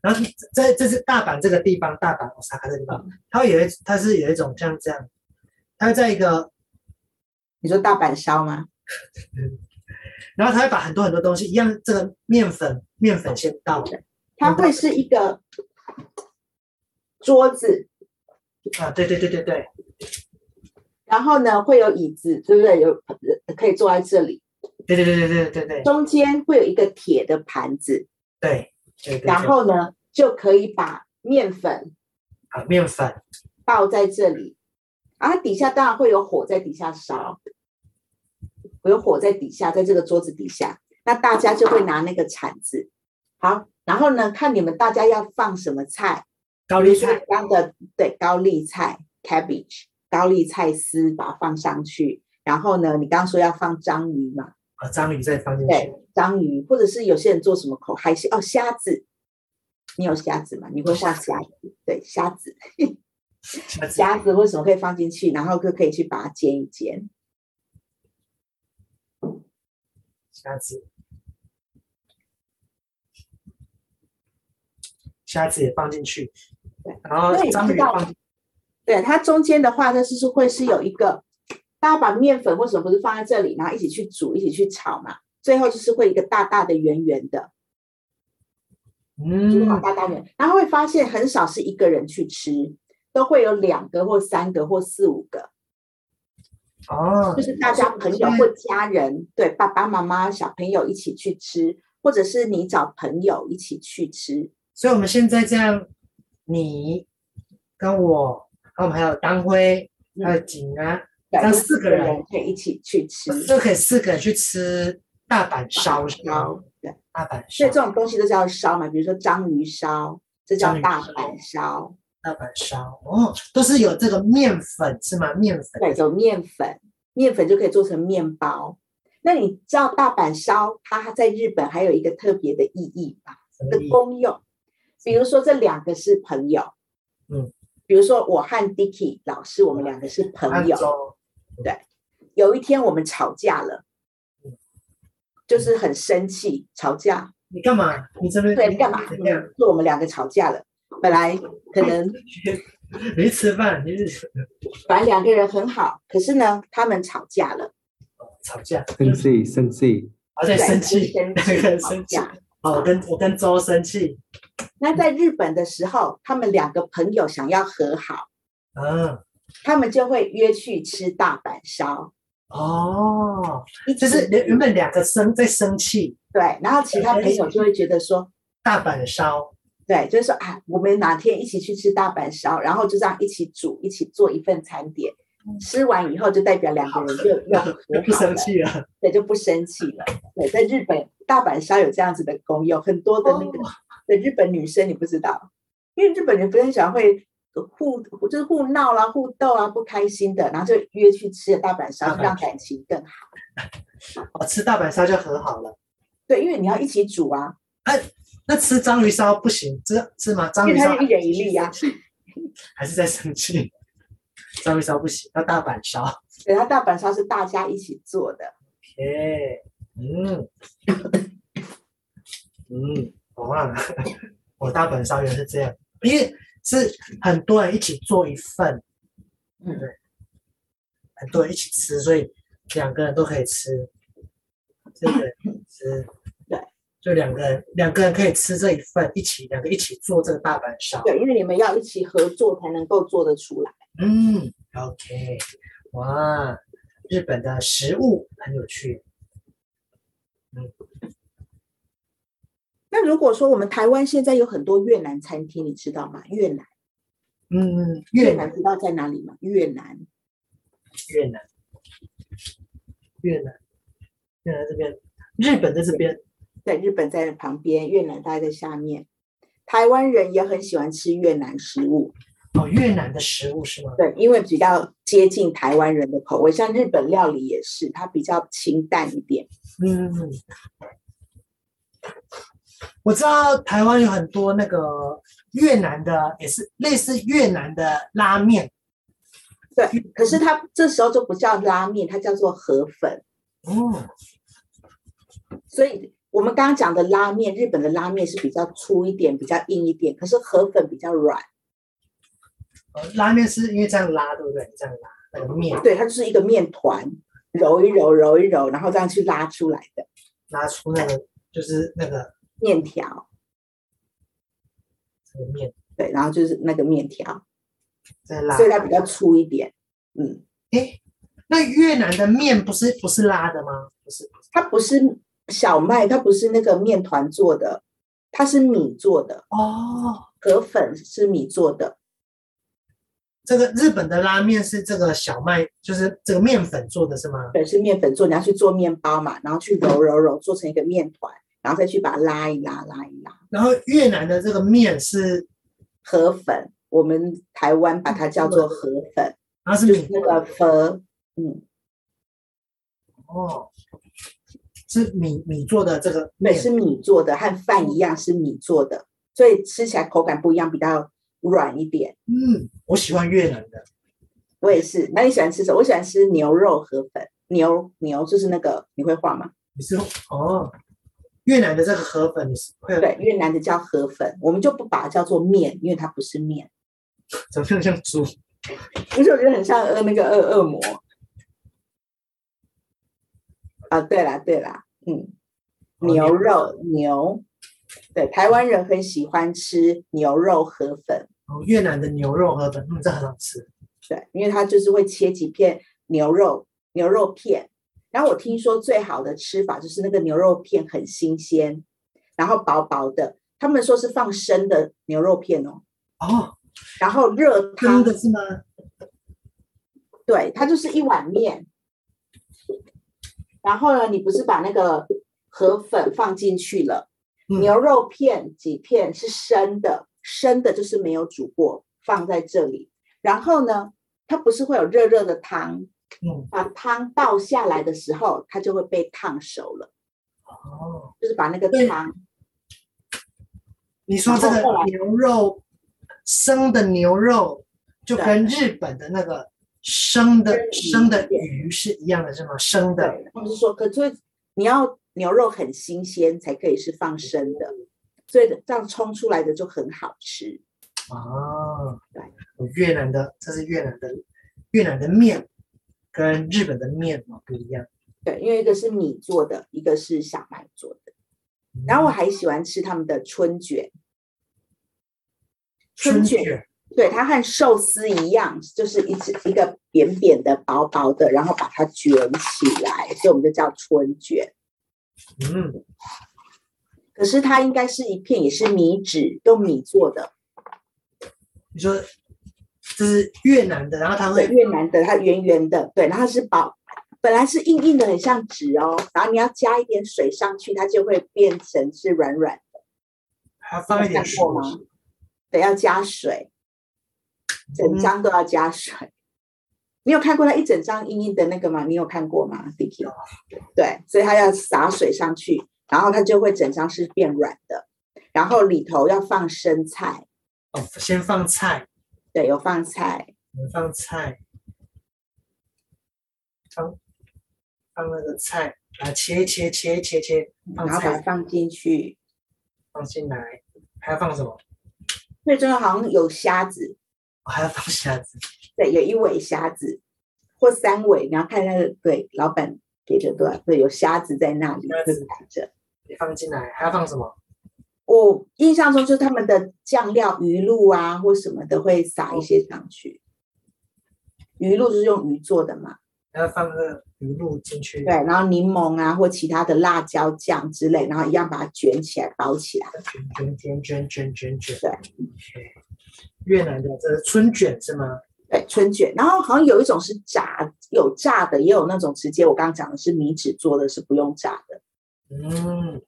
Speaker 2: 然后这这是大阪这个地方，大阪 Osaka 这个地方，
Speaker 1: 嗯
Speaker 2: 它会有一它是有一种像这样，它会在一个，
Speaker 1: 你说大阪烧吗？
Speaker 2: 然后它会把很多很多东西一样，这个面粉面粉先倒，
Speaker 1: 它会是一个桌子，
Speaker 2: 啊，对对对对对，
Speaker 1: 然后呢会有椅子，对不对？有呃可以坐在这里，
Speaker 2: 对对对对对对对
Speaker 1: 中间会有一个铁的盘子，
Speaker 2: 对对对，
Speaker 1: 然后呢就可以把面粉
Speaker 2: 啊面粉，
Speaker 1: 倒在这里，啊，底下当然会有火在底下烧，会有火在底下，在这个桌子底下，那大家就会拿那个铲子，好，然后呢，看你们大家要放什么菜，
Speaker 2: 高
Speaker 1: 比
Speaker 2: 丽
Speaker 1: 如说
Speaker 2: 菜，
Speaker 1: 刚的对高丽菜 cabbage 高丽菜丝把它放上去，然后呢，你刚刚说要放章鱼嘛，
Speaker 2: 啊章鱼再放进
Speaker 1: 对
Speaker 2: 去，
Speaker 1: 章鱼，或者是有些人做什么口海鲜哦，虾子，你有虾子吗？你会放虾子？对，虾子。
Speaker 2: 下次
Speaker 1: 虾子为什么可以放进去，然后就可以去把它煎一煎？
Speaker 2: 虾子，虾子也放进去
Speaker 1: 对，
Speaker 2: 然后
Speaker 1: 那你
Speaker 2: 章
Speaker 1: 知
Speaker 2: 鱼
Speaker 1: 道
Speaker 2: 放，
Speaker 1: 对，它中间的话，就是会是有一个，大家把面粉或什么不是放在这里，然后一起去煮，一起去炒嘛。最后就是会一个大大的圆圆的，
Speaker 2: 嗯
Speaker 1: 煮好大大圆，然后会发现很少是一个人去吃，都会有两个或三个或四五个，
Speaker 2: 哦
Speaker 1: 就是大家朋友或家人，对爸爸妈妈、小朋友一起去吃，或者是你找朋友一起去吃，
Speaker 2: 所以我们现在这样，你跟我，然后我们还有当辉，
Speaker 1: 嗯
Speaker 2: 还有景啊，
Speaker 1: 对
Speaker 2: 这样
Speaker 1: 就
Speaker 2: 四
Speaker 1: 四
Speaker 2: 个
Speaker 1: 个
Speaker 2: 人
Speaker 1: 人可以一起去吃。
Speaker 2: 就可以四个人去吃大阪烧
Speaker 1: 烧
Speaker 2: 烧，
Speaker 1: 对，
Speaker 2: 大阪
Speaker 1: 嗯所以这
Speaker 2: 烧，
Speaker 1: 种东西都叫烧嘛，比如说章鱼烧，这叫大阪烧，
Speaker 2: 大阪烧哦，都是有这个面粉是吗？面粉
Speaker 1: 对，有面粉，面粉就可以做成面包。那你知道大阪烧它在日本还有一个特别的意义吧？
Speaker 2: 什么
Speaker 1: 的
Speaker 2: 意思
Speaker 1: 功用，比如说这两个是朋友，
Speaker 2: 嗯，
Speaker 1: 比如说我和 Dicky 老师，我们两个是朋友
Speaker 2: 按，照
Speaker 1: 有一天我们吵架了
Speaker 2: 嗯。
Speaker 1: 就是很生气，吵架，
Speaker 2: 你干嘛？你这边
Speaker 1: 对，干嘛？
Speaker 2: 怎样？
Speaker 1: 嗯，是我们两个吵架了。本来可能
Speaker 2: 你去吃饭，你是
Speaker 1: 本来两个人很好，可是呢，他们吵架了，
Speaker 2: 吵架，
Speaker 3: 生气，生气，
Speaker 2: 而且生气，
Speaker 1: 对
Speaker 2: 两个人生气
Speaker 1: 吵。架。
Speaker 2: 哦，我跟我跟周生气，
Speaker 1: 那在日本的时候，他们两个朋友想要和好，
Speaker 2: 嗯，
Speaker 1: 他们就会约去吃大阪烧，
Speaker 2: 哦，
Speaker 1: 一起
Speaker 2: 就是原原本两个生在生气，
Speaker 1: 对，然后其他朋友就会觉得说，
Speaker 2: 大阪烧，
Speaker 1: 对，就是说啊，我们哪天一起去吃大阪烧，然后就这样一起煮，一起做一份餐点，吃完以后就代表两个人又又和
Speaker 2: 我嗯 不
Speaker 1: 好了
Speaker 2: 生，气了。
Speaker 1: 对，就不生气了。对，在日本大阪烧有这样子的功用，很多的那个
Speaker 2: 哦
Speaker 1: 对日本女生你不知道，因为日本人不是很喜欢会互就是互闹啦、互斗啊、不开心的，然后就约去吃大阪烧，
Speaker 2: 大阪
Speaker 1: 让感情更好。
Speaker 2: 哦，吃大阪烧就和好了。
Speaker 1: 对，因为你要一起煮啊，
Speaker 2: 那吃章鱼烧不行，吃吃吗？章
Speaker 1: 因为
Speaker 2: 鱼
Speaker 1: 它
Speaker 2: 烧
Speaker 1: 是一人一粒啊。
Speaker 2: 还是在生气， 章鱼烧不行，要大阪烧。
Speaker 1: 对，它大阪烧是大家一起做的。
Speaker 2: 耶，嗯， 嗯，我忘了， 我大阪烧也是这样，因为是很多人一起做一份，
Speaker 1: 嗯
Speaker 2: 对，很多人一起吃，所以两个人都可以吃，这个吃，
Speaker 1: 对，
Speaker 2: 就两个人，两个人可以吃这一份，一起两个一起做这个大阪烧，
Speaker 1: 对，因为你们要一起合作才能够做得出来。
Speaker 2: 嗯，OK，哇，日本的食物很有趣，
Speaker 1: 那如果说我们台湾现在有很多越南餐厅，你知道吗？越南，
Speaker 2: 嗯，
Speaker 1: 越
Speaker 2: 越南。
Speaker 1: 南知道在哪里吗？越南，
Speaker 2: 越南，越南，越南这边，日本在这边，
Speaker 1: 对，日本在旁边，越南大概在下面。台湾人也很喜欢吃越南食物，
Speaker 2: 哦，越南的食物是吗？
Speaker 1: 对，因为比较接近台湾人的口味。像日本料理也是，它比较清淡一点。
Speaker 2: 嗯，我知道台湾有很多那个越南的，也是类似越南的拉面，
Speaker 1: 对，可是它这时候就不叫拉面，它叫做河粉。嗯
Speaker 2: 哦，
Speaker 1: 所以我们刚刚讲的拉面，日本的拉面是比较粗一点，比较硬一点，可是河粉比较软。
Speaker 2: 呃拉面是因为这样拉，对不对？这样拉那个面
Speaker 1: 对，它就是一个面团，揉一揉，揉一揉，然后这样去拉出来的
Speaker 2: 拉出那个就是那个
Speaker 1: 面条。
Speaker 2: 这个面，
Speaker 1: 对，然后就是那个面条，
Speaker 2: 再拉
Speaker 1: 所。以它比较粗一点，嗯，
Speaker 2: 哎，那越南的面不是不是拉的吗？不是，不是
Speaker 1: 它不是小麦，它不是那个面团做的，它是米做的，
Speaker 2: 哦，
Speaker 1: 河粉是米做的，
Speaker 2: 这个日本的拉面是这个小麦，就是这个面粉做的是吗？
Speaker 1: 粉是面粉做，你要去做面包嘛，然后去揉揉揉，做成一个面团，然后再去把它拉一拉，拉一拉，
Speaker 2: 然后越南的这个面是，
Speaker 1: 河粉，我们台湾把它叫做河粉，
Speaker 2: 然啊后是
Speaker 1: 就是
Speaker 2: 米
Speaker 1: 那个粉，嗯，
Speaker 2: 哦，是米米做的这个
Speaker 1: 对，
Speaker 2: 面
Speaker 1: 是米做的，和饭一样是米做的，所以吃起来口感不一样，比较软一点。
Speaker 2: 嗯，我喜欢越南的
Speaker 1: 我也是，那你喜欢吃什么？我喜欢吃牛肉河粉，牛牛就是那个你会画吗？
Speaker 2: 你是哦，越南的这个河粉你是会有
Speaker 1: 对，越南的叫河粉，我们就不把它叫做面，因为它不是面，
Speaker 2: 怎么样像猪？
Speaker 1: 而且我觉得很像呃那个恶恶魔。啊，对啦对啦，嗯，
Speaker 2: 哦
Speaker 1: 牛肉牛，对，台湾人很喜欢吃牛肉河粉，
Speaker 2: 哦，越南的牛肉河粉，嗯，这很好吃。
Speaker 1: 对，因为它就是会切几片牛肉牛肉片，然后我听说最好的吃法就是那个牛肉片很新鲜，然后薄薄的，他们说是放生的牛肉片哦，
Speaker 2: 哦，
Speaker 1: 然后热
Speaker 2: 真
Speaker 1: 汤，
Speaker 2: 的是吗？
Speaker 1: 对，它就是一碗面，然后呢，你不是把那个河粉放进去了，
Speaker 2: 嗯
Speaker 1: 牛肉片几片是生的，生的就是没有煮过，放在这里，然后呢，它不是会有热热的汤。
Speaker 2: 嗯，
Speaker 1: 把汤倒下来的时候，它就会被烫熟了，
Speaker 2: 哦，
Speaker 1: 就是把那个
Speaker 2: 对
Speaker 1: 汤，
Speaker 2: 你说这
Speaker 1: 然后后
Speaker 2: 个
Speaker 1: 来
Speaker 2: 牛肉生的牛肉，就
Speaker 1: 对
Speaker 2: 跟日本的那个生的
Speaker 1: 生鱼
Speaker 2: 生的鱼是一样的，是吗？生的，
Speaker 1: 对，他们是说，可所以你要牛肉很新鲜才可以是放生的，所以这样冲出来的就很好吃。
Speaker 2: 哦
Speaker 1: 对，
Speaker 2: 越南的，这是越南的越南的面，跟日本的面嘛不一样。
Speaker 1: 对，因为一个是米做的，一个是小麦做的。然后我
Speaker 2: 嗯
Speaker 1: 还喜欢吃他们的春卷，
Speaker 2: 春
Speaker 1: 春卷对，它和寿司一样，就是一只一个扁扁的、薄薄的，然后把它卷起来，所以我们就叫春卷。
Speaker 2: 嗯，
Speaker 1: 可是它应该是一片也是米纸，用米做的。
Speaker 2: 你说这是越南的，然后它
Speaker 1: 对，
Speaker 2: 会
Speaker 1: 越南的它圆圆的，对，然后它是薄，本来是硬硬的，很像纸哦。然后你要加一点水上去，它就会变成是软软。
Speaker 2: 还要放一点
Speaker 1: 看
Speaker 2: 水
Speaker 1: 过吗对，要加水，整
Speaker 2: 嗯
Speaker 1: 张都要加水。你有看过它一整张硬硬的那个吗？你有看过吗，Dicky？对，
Speaker 2: 啊
Speaker 1: 所以它要洒水上去，然后它就会整张是变软的。然后里头要放生菜，
Speaker 2: 哦，先放菜，
Speaker 1: 对，有放菜，
Speaker 2: 先放菜，放放那个菜，啊，切一切切一切切，放
Speaker 1: 嗯然后把它
Speaker 2: 菜
Speaker 1: 放进去，
Speaker 2: 放进来，还要放什么？
Speaker 1: 最重要好像有虾子，
Speaker 2: 哦还要放虾子，
Speaker 1: 对，有一尾虾子或三尾，你要看那个对老板给的多少，对，有虾子在那里
Speaker 2: 虾
Speaker 1: 就
Speaker 2: 子
Speaker 1: 摆着。
Speaker 2: 也放进来，还要放什么？
Speaker 1: 我印象中就是他们的酱料鱼露啊或什么的会撒一些上去，鱼露就是用鱼做的嘛，
Speaker 2: 还要放个鱼露进去，
Speaker 1: 对，然后柠檬啊或其他的辣椒酱之类，然后一样把它卷起来包起来，
Speaker 2: 卷卷卷卷卷卷卷。
Speaker 1: 对
Speaker 2: OK，越南的这是春卷是吗？
Speaker 1: 对，春卷。然后好像有一种是炸，有炸的，也有那种直接我刚刚讲的是米纸做的，是不用炸的。
Speaker 2: 嗯，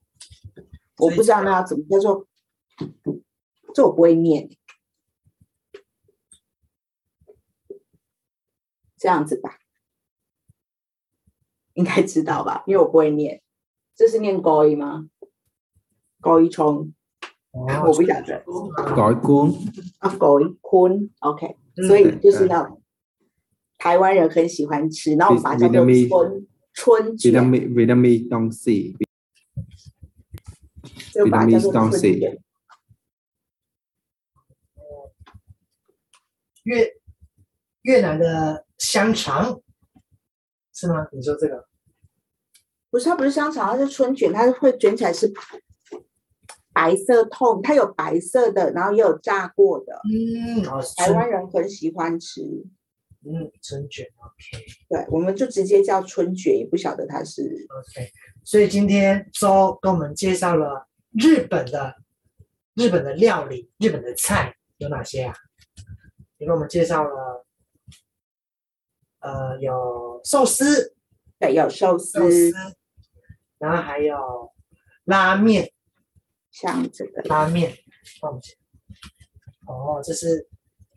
Speaker 1: 我
Speaker 2: 所以
Speaker 1: 不知道那要怎么叫做，这我不会念。这样子吧，应该知道吧？因为我不会念，这是念高一吗？高一冲
Speaker 2: 哦
Speaker 1: 我不晓得
Speaker 3: 改光
Speaker 1: 啊，高一坤，OK，
Speaker 2: 嗯
Speaker 1: 所以就是
Speaker 3: 对
Speaker 1: 那种台湾人很喜欢吃，然后我们把它叫做
Speaker 3: Vietnamese
Speaker 1: 春春
Speaker 3: 维他
Speaker 1: 卷，
Speaker 3: 命维他命东西，
Speaker 1: 就把它叫做
Speaker 3: Vietnamese 东
Speaker 1: 春
Speaker 3: 西
Speaker 1: 卷。
Speaker 2: 越越南的香肠是吗？你说这个
Speaker 1: 不是，它不是香肠，它是春卷，它会卷起来是白色痛，它有白色的，然后也有炸过的，
Speaker 2: 嗯，好，
Speaker 1: 台
Speaker 2: 春
Speaker 1: 湾人很喜欢吃。
Speaker 2: 嗯春卷，OK
Speaker 1: 对，我们就直接叫春卷，也不晓得它是
Speaker 2: OK。所以今天周跟我们介绍了日本的日本的料理，日本的菜有哪些啊？你给我们介绍了，呃，有寿司，
Speaker 1: 对，有寿
Speaker 2: 寿司
Speaker 1: 司，，
Speaker 2: 然后还有拉面。
Speaker 1: 像这个
Speaker 2: 拉面，放起来哦，这是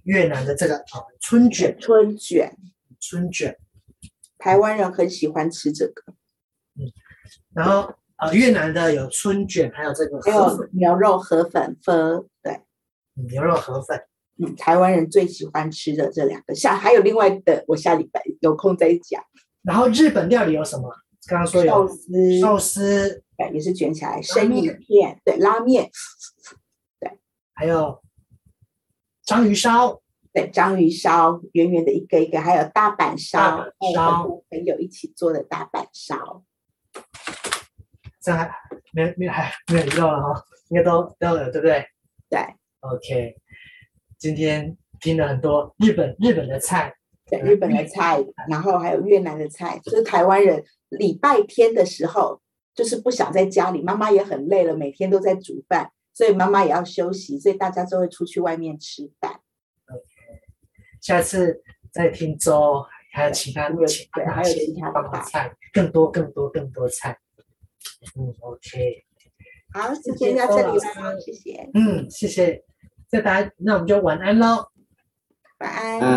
Speaker 2: 越南的这个哦，春卷，
Speaker 1: 春卷，
Speaker 2: 春卷。
Speaker 1: 台湾人很喜欢吃这个，
Speaker 2: 然后呃，越南的有春卷，还有这个
Speaker 1: 还
Speaker 2: 河
Speaker 1: 有
Speaker 2: 粉，
Speaker 1: 牛肉河粉粉，对，
Speaker 2: 牛肉河粉。
Speaker 1: 嗯，台湾人最喜欢吃的这两个，下还有另外的，我下礼拜有空再讲。
Speaker 2: 然后日本料理有什么？刚刚说
Speaker 1: 寿
Speaker 2: 有
Speaker 1: 司，
Speaker 2: 寿司，
Speaker 1: 对，也是卷起来，
Speaker 2: 拉
Speaker 1: 生
Speaker 2: 面
Speaker 1: 鱼片，对，拉面，
Speaker 2: 还有章鱼烧，
Speaker 1: 对，章鱼烧，圆圆的一个一个，还有大阪烧，
Speaker 2: 大阪
Speaker 1: 还有
Speaker 2: 烧
Speaker 1: 很多朋友一起做的大阪烧，
Speaker 2: 这还没没还没有到了哈、哦，应该都都有对不对
Speaker 1: 对，
Speaker 2: ？OK，今天听了很多日本日本的菜，
Speaker 1: 对，
Speaker 2: 嗯
Speaker 1: 日本的菜，然后还有越南的菜，就是台湾人礼拜天的时候，就是不想在家里，妈妈也很累了，每天都在煮饭，所以妈妈也要休息，所以大家就会出去外面吃饭，
Speaker 2: 下次再听周，还有其他
Speaker 1: 对
Speaker 2: 其他
Speaker 1: 对
Speaker 2: 哪
Speaker 1: 还有
Speaker 2: 些
Speaker 1: 其他
Speaker 2: 棒
Speaker 1: 的
Speaker 2: 的
Speaker 1: 吧
Speaker 2: 菜，更多更多更多菜。嗯，OK，
Speaker 1: 好，今
Speaker 2: 谢谢
Speaker 1: 天到
Speaker 2: 周
Speaker 1: 这
Speaker 2: 老
Speaker 1: 里
Speaker 2: 师
Speaker 1: 啦，谢谢，
Speaker 2: 嗯，谢谢，那大家，那我们就晚安喽。
Speaker 1: 晚安。
Speaker 3: 嗯